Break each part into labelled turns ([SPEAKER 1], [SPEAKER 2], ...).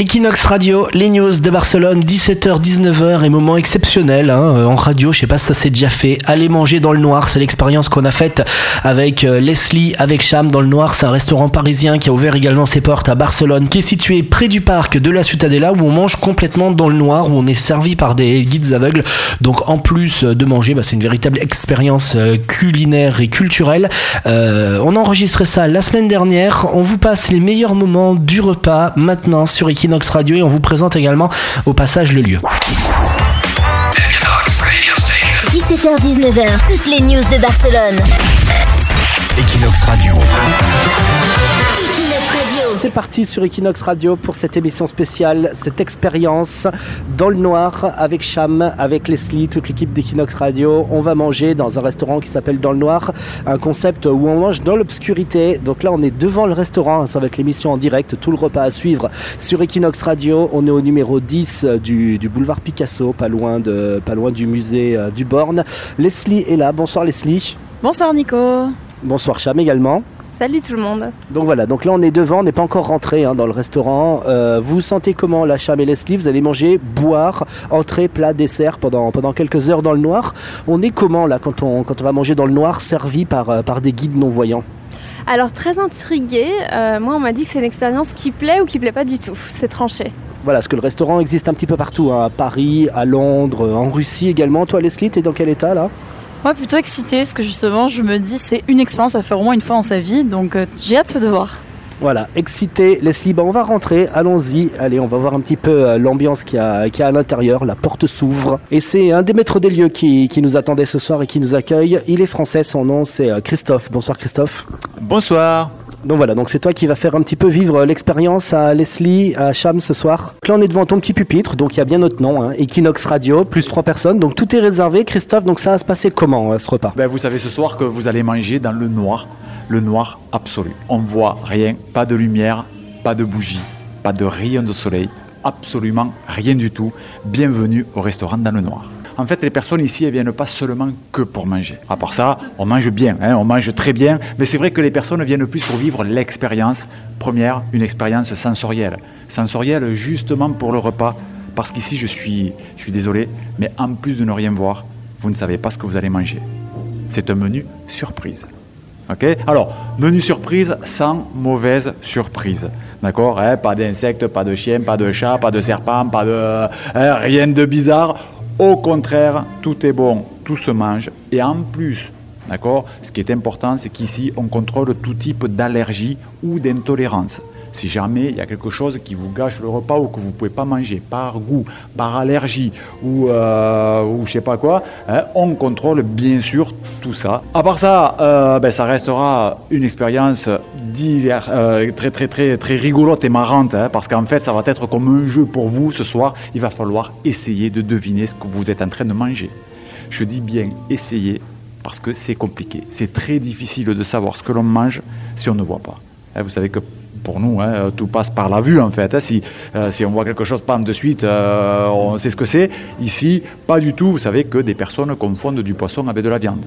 [SPEAKER 1] Equinox Radio, les news de Barcelone, 17h-19h et moment exceptionnel hein, euh, en radio, je sais pas si ça s'est déjà fait, aller manger dans le noir, c'est l'expérience qu'on a faite avec euh, Leslie, avec Cham dans le noir, c'est un restaurant parisien qui a ouvert également ses portes à Barcelone, qui est situé près du parc de la Ciutadella où on mange complètement dans le noir, où on est servi par des guides aveugles, donc en plus euh, de manger, bah, c'est une véritable expérience euh, culinaire et culturelle. Euh, on a enregistré ça la semaine dernière, on vous passe les meilleurs moments du repas maintenant sur Equinox Radio et on vous présente également au passage le lieu.
[SPEAKER 2] 17h-19h, toutes les news de Barcelone.
[SPEAKER 3] Equinox Radio.
[SPEAKER 2] Equinox Radio.
[SPEAKER 1] C'est parti sur Equinox Radio pour cette émission spéciale, cette expérience dans le noir avec Cham, avec Leslie, toute l'équipe d'Equinox Radio. On va manger dans un restaurant qui s'appelle Dans le Noir, un concept où on mange dans l'obscurité. Donc là, on est devant le restaurant, hein, ça va être l'émission en direct, tout le repas à suivre sur Equinox Radio. On est au numéro 10 du, du boulevard Picasso, pas loin, de, pas loin du musée euh, du Born. Leslie est là, bonsoir Leslie.
[SPEAKER 4] Bonsoir Nico.
[SPEAKER 1] Bonsoir Cham également.
[SPEAKER 4] Salut tout le monde.
[SPEAKER 1] Donc voilà, donc là on est devant, on n'est pas encore rentré hein, dans le restaurant. Euh, vous vous sentez comment la Cham et Leslie Vous allez manger, boire, entrée, plat, dessert pendant, pendant quelques heures dans le noir. On est comment là quand on, quand on va manger dans le noir servi par, euh, par des guides non-voyants
[SPEAKER 4] Alors très intriguée, euh, moi on m'a dit que c'est une expérience qui plaît ou qui plaît pas du tout, c'est tranché.
[SPEAKER 1] Voilà, parce que le restaurant existe un petit peu partout, hein, à Paris, à Londres, en Russie également. Toi Leslie, t'es dans quel état là
[SPEAKER 4] Moi plutôt excitée parce que justement je me dis c'est une expérience à faire au moins une fois en sa vie donc euh, j'ai hâte de ce devoir.
[SPEAKER 1] Voilà, excité, Leslie, bah on va rentrer, allons-y, allez, on va voir un petit peu euh, l'ambiance qu'il y, a- qu'il y a à l'intérieur, la porte s'ouvre. Et c'est un des maîtres des lieux qui, qui nous attendait ce soir et qui nous accueille, il est français, son nom c'est euh, Christophe. Bonsoir Christophe.
[SPEAKER 5] Bonsoir.
[SPEAKER 1] Donc voilà, donc c'est toi qui vas faire un petit peu vivre euh, l'expérience à Leslie, à Cham ce soir. Donc là on est devant ton petit pupitre, donc il y a bien notre nom, hein, Equinox Radio, plus trois personnes, donc tout est réservé. Christophe, donc ça va se passer comment euh, ce repas
[SPEAKER 5] Ben, vous savez ce soir que vous allez manger dans le noir, le noir absolu. On ne voit rien, pas de lumière, pas de bougie, pas de rayon de soleil, absolument rien du tout. Bienvenue au restaurant dans le noir. En fait, les personnes ici, elles viennent pas seulement que pour manger. À part ça, on mange bien, hein, on mange très bien, mais c'est vrai que les personnes viennent plus pour vivre l'expérience. Première, une expérience sensorielle. Sensorielle justement pour le repas, parce qu'ici, je suis, je suis désolé, mais en plus de ne rien voir, vous ne savez pas ce que vous allez manger. C'est un menu surprise. Ok Alors, menu surprise sans mauvaise surprise. D'accord hein Pas d'insectes, pas de chiens, pas de chats, pas de serpents, pas de. hein, rien de bizarre. Au contraire, tout est bon, tout se mange. Et en plus, d'accord Ce qui est important, c'est qu'ici, on contrôle tout type d'allergie ou d'intolérance. Si jamais il y a quelque chose qui vous gâche le repas ou que vous ne pouvez pas manger par goût, par allergie ou, euh, ou je sais pas quoi, hein, on contrôle bien sûr tout ça. À part ça, euh, ben, ça restera une expérience divers- euh, très, très, très, très rigolote et marrante hein, parce qu'en fait, ça va être comme un jeu pour vous ce soir. Il va falloir essayer de deviner ce que vous êtes en train de manger. Je dis bien essayer parce que c'est compliqué. C'est très difficile de savoir ce que l'on mange si on ne voit pas. Hein, Vous savez que pour nous, hein, tout passe par la vue en fait. hein. Si, euh, si on voit quelque chose, pam, de suite, euh, on sait ce que c'est. Ici, pas du tout. Vous savez que des personnes confondent du poisson avec de la viande.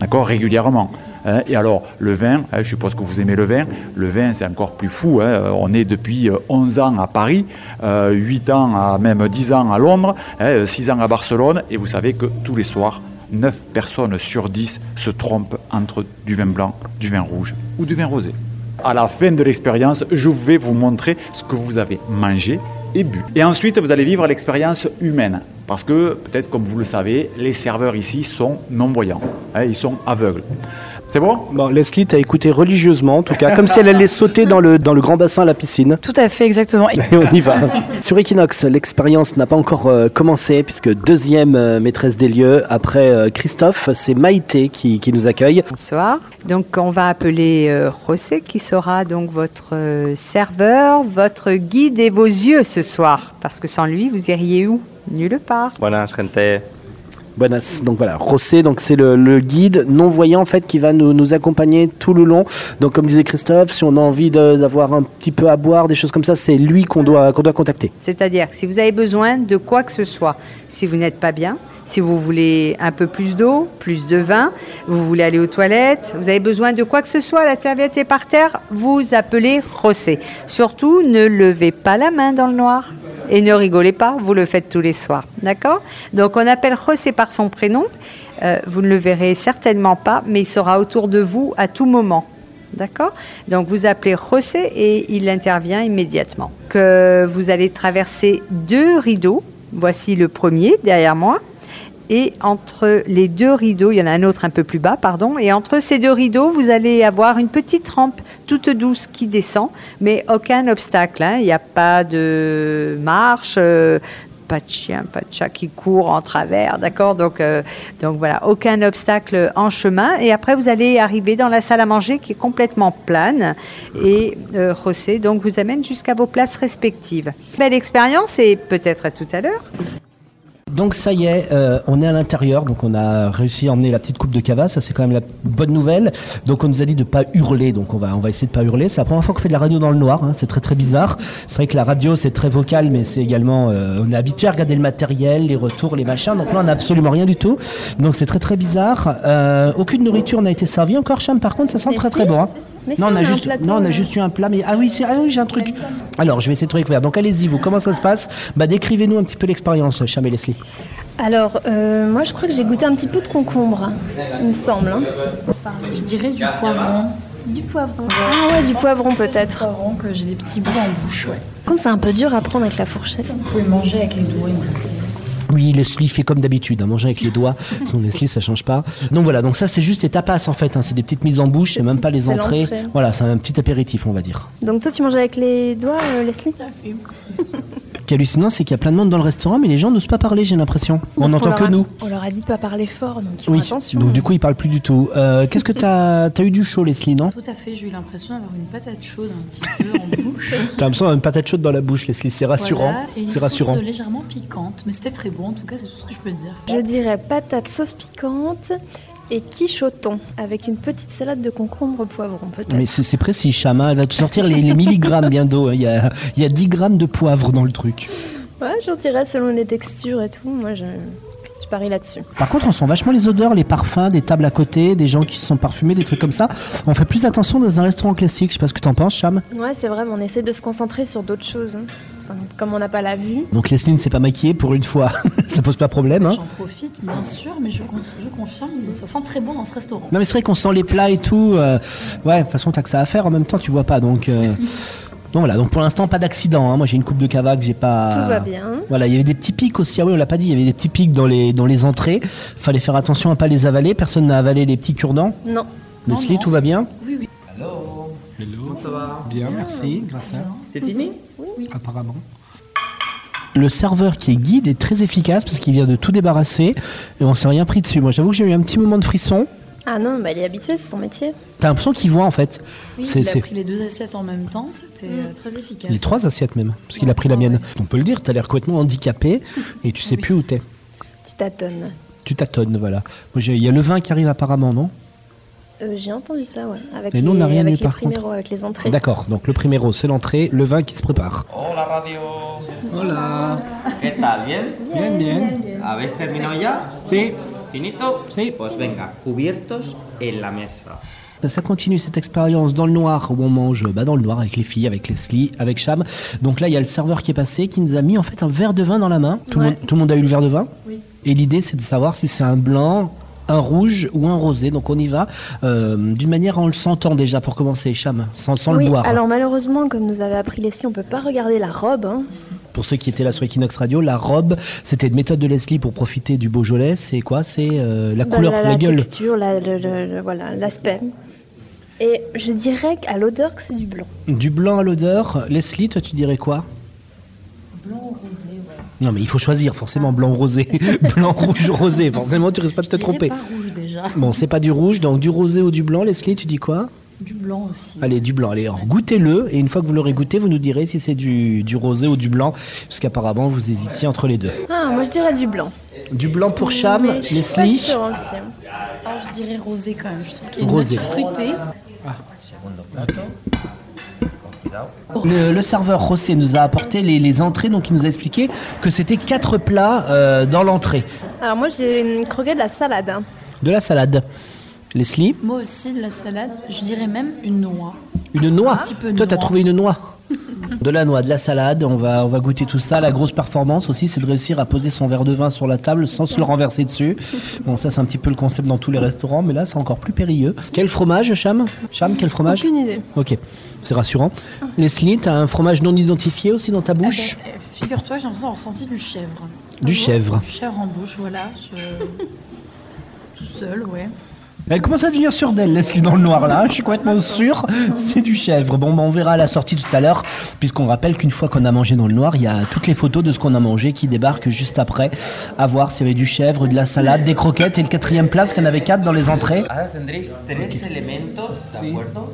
[SPEAKER 5] D'accord Régulièrement. hein. et alors, le vin, hein, je suppose que vous aimez le vin. Le vin, c'est encore plus fou. hein. On est depuis euh, 11 ans à Paris, euh, 8 ans, à, même 10 ans à Londres, hein, 6 ans à Barcelone. Et vous savez que tous les soirs, 9 personnes sur 10 se trompent entre du vin blanc, du vin rouge ou du vin rosé. À la fin de l'expérience, je vais vous montrer ce que vous avez mangé et bu. Et ensuite, vous allez vivre l'expérience humaine. Parce que, peut-être comme vous le savez, les serveurs ici sont non-voyants. hein, ils sont aveugles. C'est bon
[SPEAKER 1] Bon, Leslie t'as écouté religieusement en tout cas, comme si elle allait sauter dans le, dans le grand bassin à la piscine.
[SPEAKER 6] Tout à fait, exactement. Et
[SPEAKER 1] Et on y va. Sur Equinox, l'expérience n'a pas encore euh, commencé puisque deuxième euh, maîtresse des lieux après euh, Christophe, c'est Maïté qui, qui nous accueille.
[SPEAKER 7] Bonsoir. Donc on va appeler euh, José qui sera donc votre euh, serveur, votre guide et vos yeux ce soir. Parce que sans lui, vous iriez où Nulle part.
[SPEAKER 8] Buenas, gente.
[SPEAKER 1] Buenas. Donc voilà, Rosé, donc c'est le, le guide non voyant en fait qui va nous, nous accompagner tout le long. Donc comme disait Christophe, si on a envie de- d'avoir un petit peu à boire, des choses comme ça, c'est lui qu'on doit qu'on doit contacter.
[SPEAKER 7] C'est-à-dire que si vous avez besoin de quoi que ce soit, si vous n'êtes pas bien, Si vous voulez un peu plus d'eau, plus de vin, vous voulez aller aux toilettes, vous avez besoin de quoi que ce soit, la serviette est par terre, vous appelez Rosset. Surtout, ne levez pas la main dans le noir. Et ne rigolez pas, vous le faites tous les soirs. D'accord Donc on appelle José par son prénom. Euh, vous ne le verrez certainement pas, mais il sera autour de vous à tout moment. D'accord Donc vous appelez José et il intervient immédiatement. Que vous allez traverser deux rideaux. Voici le premier derrière moi. Et entre les deux rideaux, il y en a un autre un peu plus bas, pardon. Et entre ces deux rideaux, vous allez avoir une petite rampe toute douce qui descend, mais aucun obstacle. hein. Il n'y a pas de marche, euh, pas de chien, pas de chat qui court en travers, d'accord donc, euh, donc voilà, aucun obstacle en chemin. Et après, vous allez arriver dans la salle à manger qui est complètement plane. Et euh, José, donc, vous amène jusqu'à vos places respectives. Belle expérience et peut-être à tout à l'heure.
[SPEAKER 1] Donc ça y est, euh, on est à l'intérieur, donc on a réussi à emmener la petite coupe de cava, ça c'est quand même la bonne nouvelle. Donc on nous a dit de pas hurler, donc on va, on va essayer de pas hurler. C'est la première fois qu'on fait de la radio dans le noir, hein, c'est très très bizarre. C'est vrai que la radio c'est très vocal, mais c'est également, euh, on est habitué à regarder le matériel, les retours, les machins. Donc là on n'a absolument rien du tout, donc c'est très très bizarre. Euh, aucune nourriture n'a été servie encore, Cham. Par contre ça sent très très bon. hein. Non,
[SPEAKER 6] Mais si,
[SPEAKER 1] on
[SPEAKER 6] on
[SPEAKER 1] a
[SPEAKER 6] a un
[SPEAKER 1] juste,
[SPEAKER 6] plateau,
[SPEAKER 1] non, on a
[SPEAKER 6] euh.
[SPEAKER 1] juste eu un plat, mais ah oui, c'est- ah oui, j'ai un truc. Alors je vais essayer de trouver. Donc allez-y, vous, comment ça se passe Bah décrivez-nous un petit peu l'expérience, Cham et Leslie.
[SPEAKER 6] Alors, euh, moi, je crois que j'ai goûté un petit peu de concombre, il me semble. hein.
[SPEAKER 4] Je dirais du poivron.
[SPEAKER 6] Du poivron. Ah ouais, du poivron
[SPEAKER 4] Du
[SPEAKER 6] peut-être.
[SPEAKER 4] poivron que j'ai des petits bouts en bouche, ouais.
[SPEAKER 6] Quand c'est un peu dur à prendre avec la fourchette.
[SPEAKER 4] Vous pouvez manger avec les doigts.
[SPEAKER 1] Oui, Leslie fait comme d'habitude, hein, manger avec les doigts. Son Leslie, ça change pas. Donc voilà, donc ça c'est juste les tapas en fait, hein, c'est des petites mises en bouche, c'est même pas les
[SPEAKER 6] C'est
[SPEAKER 1] entrées.
[SPEAKER 6] l'entrée.
[SPEAKER 1] Voilà, c'est un petit apéritif, on va dire.
[SPEAKER 6] Donc toi, tu manges avec les doigts, euh, Leslie
[SPEAKER 1] Ce qui est hallucinant, c'est qu'il y a plein de monde dans le restaurant, mais les gens n'osent pas parler, j'ai l'impression. On
[SPEAKER 6] Parce qu'on
[SPEAKER 1] n'entend
[SPEAKER 6] leur
[SPEAKER 1] que
[SPEAKER 6] a-
[SPEAKER 1] nous.
[SPEAKER 6] On leur a dit de pas parler fort, donc ils font
[SPEAKER 1] Oui,
[SPEAKER 6] attention.
[SPEAKER 1] donc du coup, ils parlent plus du tout. Euh, Qu'est-ce que t'as as eu du chaud, Leslie, non
[SPEAKER 4] Tout à fait, j'ai eu l'impression d'avoir une patate chaude un petit peu en bouche.
[SPEAKER 1] T'as l'impression d'avoir une patate chaude dans la bouche, Leslie, c'est rassurant.
[SPEAKER 4] Voilà, et une
[SPEAKER 1] c'est
[SPEAKER 4] sauce
[SPEAKER 1] rassurant.
[SPEAKER 4] légèrement piquante, mais c'était très bon, en tout cas, c'est tout ce que je peux dire.
[SPEAKER 6] Je dirais patate sauce piquante et quiche au thon, avec une petite salade de concombre poivron peut-être.
[SPEAKER 1] Mais c'est c'est précis, Chama, elle va tout sortir les, les milligrammes bientôt. hein. Il y, a, il y a 10 grammes de poivre dans le truc.
[SPEAKER 6] Ouais, j'en dirais selon les textures et tout. Moi, je, je parie là-dessus.
[SPEAKER 1] Par contre, on sent vachement les odeurs, les parfums, des tables à côté, des gens qui se sont parfumés, des trucs comme ça. On fait plus attention dans un restaurant classique. Je sais pas ce que t'en penses, Cham.
[SPEAKER 6] Ouais, c'est vrai, mais on essaie de se concentrer sur d'autres choses. hein. Enfin, comme on n'a pas la vue.
[SPEAKER 1] Donc Leslie ne s'est pas maquillée pour une fois. ça pose pas problème, hein.
[SPEAKER 4] J'en profite, bien sûr, mais je, con- je confirme, ça sent très bon dans ce restaurant.
[SPEAKER 1] Non mais c'est vrai qu'on sent les plats et tout. euh, ouais, de toute façon t'as que ça à faire. En même temps tu vois pas donc. euh, Donc voilà. Donc pour l'instant pas d'accident. hein. Moi j'ai une coupe de cava que j'ai pas.
[SPEAKER 6] Tout va bien.
[SPEAKER 1] Voilà, il y avait des petits pics aussi. Ah oui, on l'a pas dit. Il y avait des petits pics dans les dans les entrées. Fallait faire attention à pas les avaler. Personne n'a avalé les petits cure-dents.
[SPEAKER 6] Non.
[SPEAKER 4] Non,
[SPEAKER 1] Leslie,
[SPEAKER 4] non.
[SPEAKER 1] tout va bien
[SPEAKER 4] Oui, oui.
[SPEAKER 1] Bien, merci. C'est fini Oui. Apparemment. Le serveur qui est guide est très efficace parce qu'il vient de tout débarrasser et on s'est rien pris dessus. Moi, j'avoue que j'ai eu un petit moment de frisson.
[SPEAKER 6] Ah non, bah, il est habitué, c'est son métier.
[SPEAKER 1] T'as l'impression qu'il voit en fait.
[SPEAKER 4] Oui,
[SPEAKER 1] C'est-
[SPEAKER 4] il
[SPEAKER 1] c'est-
[SPEAKER 4] a pris les deux assiettes en même temps, c'était euh, très efficace.
[SPEAKER 1] Les trois assiettes même, parce qu'il a pris la mienne. On peut le dire, t'as l'air complètement handicapé et tu sais
[SPEAKER 4] Oui.
[SPEAKER 1] plus où t'es.
[SPEAKER 6] Tu tâtonnes.
[SPEAKER 1] Tu tâtonnes, voilà. Moi, j'ai- Il y a le vin qui arrive apparemment, non
[SPEAKER 6] Euh, J'ai entendu ça, ouais. Avec
[SPEAKER 1] Mais
[SPEAKER 6] les,
[SPEAKER 1] nous, on n'a rien
[SPEAKER 6] avec
[SPEAKER 1] eu,
[SPEAKER 6] les
[SPEAKER 1] par
[SPEAKER 6] primeros,
[SPEAKER 1] contre.
[SPEAKER 6] avec les entrées.
[SPEAKER 1] D'accord, donc le primero, c'est l'entrée, le vin qui se prépare.
[SPEAKER 8] Hola radio.
[SPEAKER 1] Voilà.
[SPEAKER 8] ¿Qué tal? ¿Bien?
[SPEAKER 1] Bien, bien.
[SPEAKER 8] ¿Habéis terminado ya?
[SPEAKER 1] Sí.
[SPEAKER 8] ¿Finito?
[SPEAKER 1] Sí.
[SPEAKER 8] Pues venga, cubiertos en la mesa.
[SPEAKER 1] Ben, Ça continue cette expérience dans le noir où on mange bah, dans le noir avec les filles, avec Leslie, avec Cham. Donc là, il y a le serveur qui est passé qui nous a mis en fait un verre de vin dans la main. Tout, le,
[SPEAKER 6] Ouais.
[SPEAKER 1] monde, tout le monde a eu le verre de vin. Et l'idée, c'est de savoir si c'est un blanc, un rouge ou un rosé. Donc on y va euh, d'une manière en le sentant déjà pour commencer, Cham, sans, sans
[SPEAKER 6] oui,
[SPEAKER 1] le boire.
[SPEAKER 6] alors malheureusement, comme nous avait appris Leslie, on peut pas regarder la robe. hein.
[SPEAKER 1] Pour ceux qui étaient là sur Equinox Radio, la robe, c'était une méthode de Leslie pour profiter du Beaujolais. C'est quoi C'est euh, la
[SPEAKER 6] Bah,
[SPEAKER 1] couleur,
[SPEAKER 6] la,
[SPEAKER 1] la,
[SPEAKER 6] la
[SPEAKER 1] gueule.
[SPEAKER 6] texture, la- le- le- le- voilà, l'aspect. Et je dirais qu'à l'odeur que c'est du blanc.
[SPEAKER 1] Du blanc à l'odeur. Leslie, toi, tu dirais quoi Blanc ou rosé, ouais. Non, mais il faut choisir, forcément, blanc ou rosé. blanc, rouge, rosé. Forcément, tu risques pas de
[SPEAKER 4] Je
[SPEAKER 1] te
[SPEAKER 4] dirais
[SPEAKER 1] tromper.
[SPEAKER 4] pas rouge déjà,
[SPEAKER 1] Bon, c'est pas du rouge, donc du rosé ou du blanc. Leslie, tu dis quoi
[SPEAKER 4] du blanc aussi.
[SPEAKER 1] Allez, du blanc. Allez, alors, goûtez-le. Et une fois que vous l'aurez goûté, vous nous direz si c'est du, du rosé ou du blanc. Parce qu'apparemment, vous hésitiez entre les deux.
[SPEAKER 6] Ah, moi je dirais du blanc.
[SPEAKER 1] Du blanc pour Cham,
[SPEAKER 6] Mais je suis pas
[SPEAKER 1] Leslie.
[SPEAKER 6] sûre aussi.
[SPEAKER 4] Ah, je dirais rosé quand même, je trouve qu'il y a
[SPEAKER 1] Rosé.
[SPEAKER 4] une note fruitée.
[SPEAKER 8] cuidado.
[SPEAKER 1] Le, le serveur José nous a apporté les, les entrées, donc il nous a expliqué que c'était quatre plats euh, dans l'entrée.
[SPEAKER 6] Alors moi j'ai une croquette de la salade. hein.
[SPEAKER 1] De la salade. Leslie,
[SPEAKER 9] Moi aussi, de la salade, je dirais même une noix.
[SPEAKER 1] une noix.
[SPEAKER 9] petit peu
[SPEAKER 1] Toi, t'as
[SPEAKER 9] noix.
[SPEAKER 1] trouvé une noix. De la noix, de la salade, on va, on va goûter tout ça. La grosse performance aussi, c'est de réussir à poser son verre de vin sur la table sans se le renverser dessus. Bon, ça, c'est un petit peu le concept dans tous les restaurants, mais là, c'est encore plus périlleux. Quel fromage, Cham Cham, quel fromage
[SPEAKER 6] Aucune idée.
[SPEAKER 1] Ok, c'est rassurant. Leslie, t'as un fromage non identifié aussi dans
[SPEAKER 6] Ah
[SPEAKER 1] ta bouche
[SPEAKER 9] Eh ben, euh, Figure-toi, j'ai l'impression d'avoir ressenti du chèvre.
[SPEAKER 1] Du chèvre.
[SPEAKER 9] Du chèvre en bouche, voilà. je- Tout seul, ouais.
[SPEAKER 1] Elle commence à devenir sûre d'elle, Leslie, dans le noir là. Je suis complètement sûr, c'est du chèvre. Bon, ben, on verra à la sortie tout à l'heure, puisqu'on rappelle qu'une fois qu'on a mangé dans le noir, il y a toutes les photos de ce qu'on a mangé qui débarquent juste après. À voir s'il y avait du chèvre, de la salade, des croquettes et le quatrième plat, parce qu'il y en avait quatre dans les entrées.
[SPEAKER 8] Ahora tendréis tres elementos, ¿de acuerdo?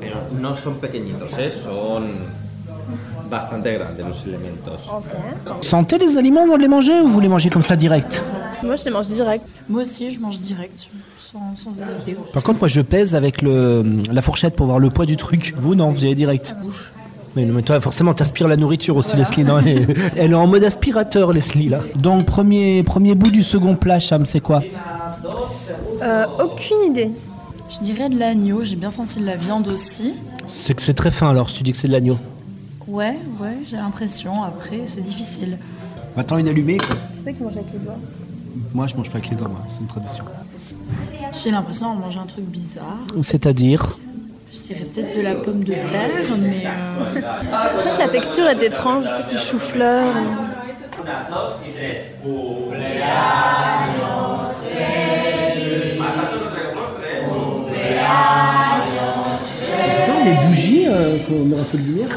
[SPEAKER 8] Pero no son pequeñitos, ¿eh? Son bastante grandes los elementos.
[SPEAKER 1] Sentez les aliments avant de les manger ou vous les mangez comme ça direct
[SPEAKER 6] Moi je les mange direct.
[SPEAKER 9] Moi aussi, je mange direct, sans, sans hésiter.
[SPEAKER 1] Par contre, moi, je pèse avec le, la fourchette pour voir le poids du truc. Vous, non, vous allez direct. Mais, mais toi, forcément, t'aspires la nourriture aussi, Leslie. non, elle, est, elle est en mode aspirateur, Leslie, là. Donc, premier, premier bout du second plat, Cham, c'est quoi
[SPEAKER 6] Euh, aucune idée.
[SPEAKER 9] Je dirais de l'agneau, j'ai bien senti de la viande aussi.
[SPEAKER 1] C'est que c'est très fin, alors, si tu dis que c'est de l'agneau.
[SPEAKER 9] Ouais, ouais, j'ai l'impression. Après, c'est difficile.
[SPEAKER 1] Attends, une allumée, quoi.
[SPEAKER 6] C'est qui mange avec les doigts.
[SPEAKER 1] Moi, je mange pas avec les doigts, moi. C'est une tradition.
[SPEAKER 9] J'ai l'impression d'avoir mangé un truc bizarre.
[SPEAKER 1] C'est-à-dire
[SPEAKER 9] Je dirais peut-être de la pomme de terre, mais... euh,
[SPEAKER 6] En fait la texture est étrange, peut-être du chou-fleur. ou-
[SPEAKER 1] Non, les bougies, euh, qu'on met un peu de lumière.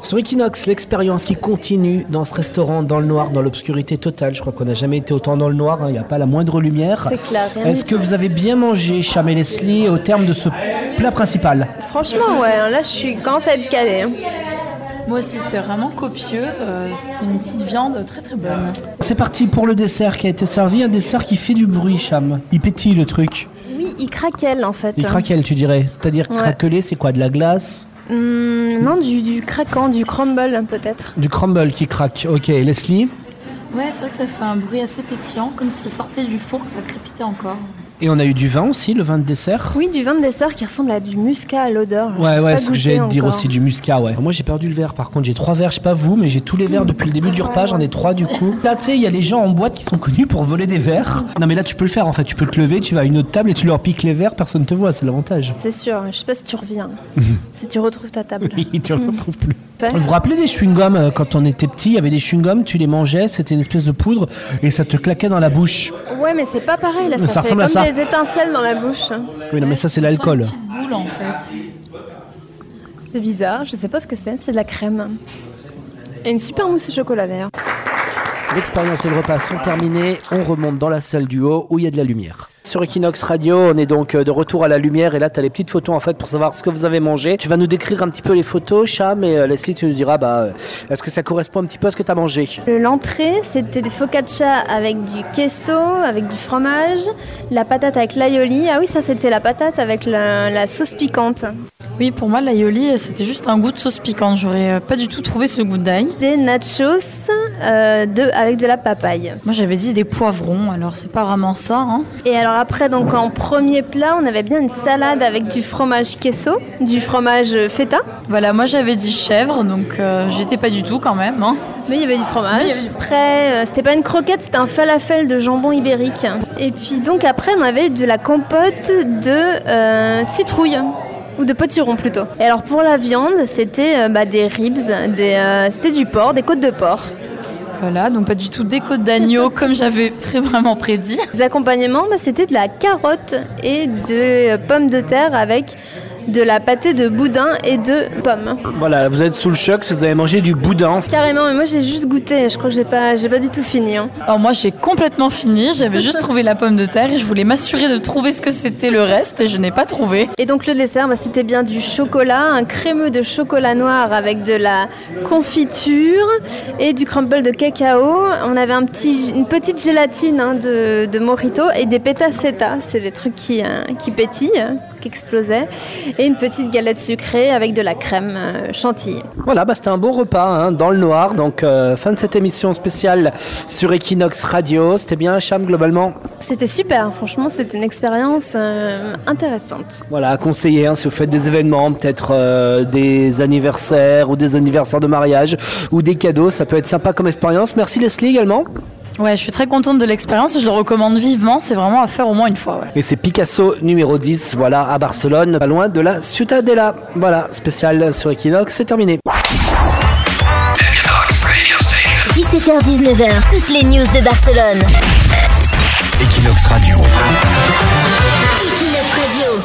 [SPEAKER 1] Sur Equinox, l'expérience qui continue dans ce restaurant, dans le noir, dans l'obscurité totale. Je crois qu'on n'a jamais été autant dans le noir, hein, il n'y a pas la moindre lumière.
[SPEAKER 6] C'est clair, rien
[SPEAKER 1] Est-ce
[SPEAKER 6] du
[SPEAKER 1] que vous avez bien mangé, Cham et Leslie, au terme de ce plat principal
[SPEAKER 6] Franchement ouais, hein, là je suis commence à être calée. hein.
[SPEAKER 9] Moi aussi, c'était vraiment copieux. euh, c'était une petite viande très très bonne.
[SPEAKER 1] C'est parti pour le dessert qui a été servi, un dessert qui fait du bruit, Cham. Il pétille le truc.
[SPEAKER 6] Oui, il craquelle en fait.
[SPEAKER 1] Il
[SPEAKER 6] hein.
[SPEAKER 1] craquelle, tu dirais. C'est-à-dire
[SPEAKER 6] Ouais.
[SPEAKER 1] craqueler, c'est quoi De la glace
[SPEAKER 6] Hum, non, du, du craquant, du crumble hein, peut-être.
[SPEAKER 1] Du crumble qui craque. Ok, Leslie.
[SPEAKER 9] Ouais, c'est vrai que ça fait un bruit assez pétillant, comme si ça sortait du four, que ça crépitait encore.
[SPEAKER 1] Et on a eu du vin aussi, le vin de dessert.
[SPEAKER 6] Oui, du vin de dessert qui ressemble à du muscat à l'odeur. Je
[SPEAKER 1] Ouais,
[SPEAKER 6] sais
[SPEAKER 1] ouais,
[SPEAKER 6] pas
[SPEAKER 1] ce que j'allais te
[SPEAKER 6] goûter
[SPEAKER 1] dire
[SPEAKER 6] encore.
[SPEAKER 1] aussi, du muscat, ouais. Moi, j'ai perdu le verre, par contre. J'ai trois verres, je sais pas vous, mais j'ai tous les verres depuis le début du repas, j'en ai trois du coup. Là, tu sais, il y a les gens en boîte qui sont connus pour voler des verres. Non, mais là, tu peux le faire, en fait. Tu peux te lever, tu vas à une autre table et tu leur piques les verres, personne te voit, c'est l'avantage.
[SPEAKER 6] C'est sûr, je sais pas si tu reviens, si tu retrouves ta table.
[SPEAKER 1] Ils te retrouvent plus.
[SPEAKER 6] Pas.
[SPEAKER 1] Vous vous rappelez des chewing-gums euh, quand on était petit Il y avait des chewing-gums, tu les mangeais, c'était une espèce de poudre et ça te claquait dans la bouche.
[SPEAKER 6] Ouais, mais c'est pas pareil là,
[SPEAKER 1] Mais ça
[SPEAKER 6] ça, fait
[SPEAKER 1] ressemble
[SPEAKER 6] comme
[SPEAKER 1] à ça.
[SPEAKER 6] des étincelles dans la bouche.
[SPEAKER 1] Oui, non, mais ça, c'est
[SPEAKER 9] sent
[SPEAKER 1] l'alcool.
[SPEAKER 9] Une petite boule en fait.
[SPEAKER 6] C'est bizarre, je sais pas ce que c'est, c'est de la crème. Et une super mousse au chocolat d'ailleurs.
[SPEAKER 1] L'expérience et le repas sont terminés. On remonte dans la salle du haut où il y a de la lumière. Sur Equinox Radio, on est donc euh, de retour à la lumière et là, tu as les petites photos en fait pour savoir ce que vous avez mangé. Tu vas nous décrire un petit peu les photos, Cham, et euh, Leslie, tu nous diras bah, euh, est-ce que ça correspond un petit peu à ce que tu as mangé
[SPEAKER 6] Euh, L'entrée, c'était des focaccia avec du queso, avec du fromage, la patate avec l'aioli. Ah oui, ça c'était la patate avec la, la sauce piquante.
[SPEAKER 9] Oui, pour moi, l'aioli, c'était juste un goût de sauce piquante. J'aurais euh, pas du tout trouvé ce goût d'ail.
[SPEAKER 6] Des nachos euh, de- avec de la papaye.
[SPEAKER 9] Moi, j'avais dit des poivrons, alors c'est pas vraiment ça. Hein.
[SPEAKER 6] Et alors après, donc en premier plat, on avait bien une salade avec du fromage queso, du fromage euh, feta,
[SPEAKER 9] Voilà, moi j'avais dit chèvre, donc euh, j'étais pas du tout quand même. hein.
[SPEAKER 6] mais il y avait du fromage. Après, euh, c'était pas une croquette, c'était un falafel de jambon ibérique. Et puis donc après, on avait de la compote de euh, citrouille. Ou de potiron plutôt. Et alors pour la viande, c'était euh, bah, des ribs, des, euh, c'était du porc, des côtes de porc.
[SPEAKER 9] Voilà, donc pas du tout des côtes d'agneau comme j'avais très vraiment prédit.
[SPEAKER 6] Les accompagnements, bah, c'était de la carotte et de euh, pommes de terre avec de la pâtée de boudin et de pommes.
[SPEAKER 1] Voilà, vous êtes sous le choc, si vous avez mangé du boudin.
[SPEAKER 6] Carrément, mais moi j'ai juste goûté, je crois que j'ai pas, j'ai pas du tout fini. hein.
[SPEAKER 9] Alors moi j'ai complètement fini, j'avais juste trouvé la pomme de terre et je voulais m'assurer de trouver ce que c'était le reste et je n'ai pas trouvé.
[SPEAKER 6] Et donc le dessert, bah, c'était bien du chocolat, un crémeux de chocolat noir avec de la confiture et du crumble de cacao. On avait un petit, une petite gélatine hein, de, de mojito et des pétaceta, c'est des trucs qui, euh, qui pétillent, euh, qui explosaient. Et une petite galette sucrée avec de la crème euh, chantilly.
[SPEAKER 1] Voilà, bah, c'était un beau repas hein, dans le noir. Donc, euh, fin de cette émission spéciale sur Equinox Radio. C'était bien, Cham, globalement
[SPEAKER 6] C'était super, franchement c'était une expérience euh, intéressante.
[SPEAKER 1] Voilà, à conseiller hein, si vous faites des événements, peut-être euh, des anniversaires ou des anniversaires de mariage ou des cadeaux. Ça peut être sympa comme expérience. Merci, Leslie, également.
[SPEAKER 9] Ouais, je suis très contente de l'expérience et je le recommande vivement, c'est vraiment à faire au moins une fois. ouais.
[SPEAKER 1] Et c'est Picasso numéro 10, voilà, à Barcelone, pas loin de la Ciutadella. Voilà, spécial sur Equinox, c'est terminé.
[SPEAKER 2] 17h-19h, toutes les news de Barcelone.
[SPEAKER 3] Equinox Radio.
[SPEAKER 2] Equinox Radio.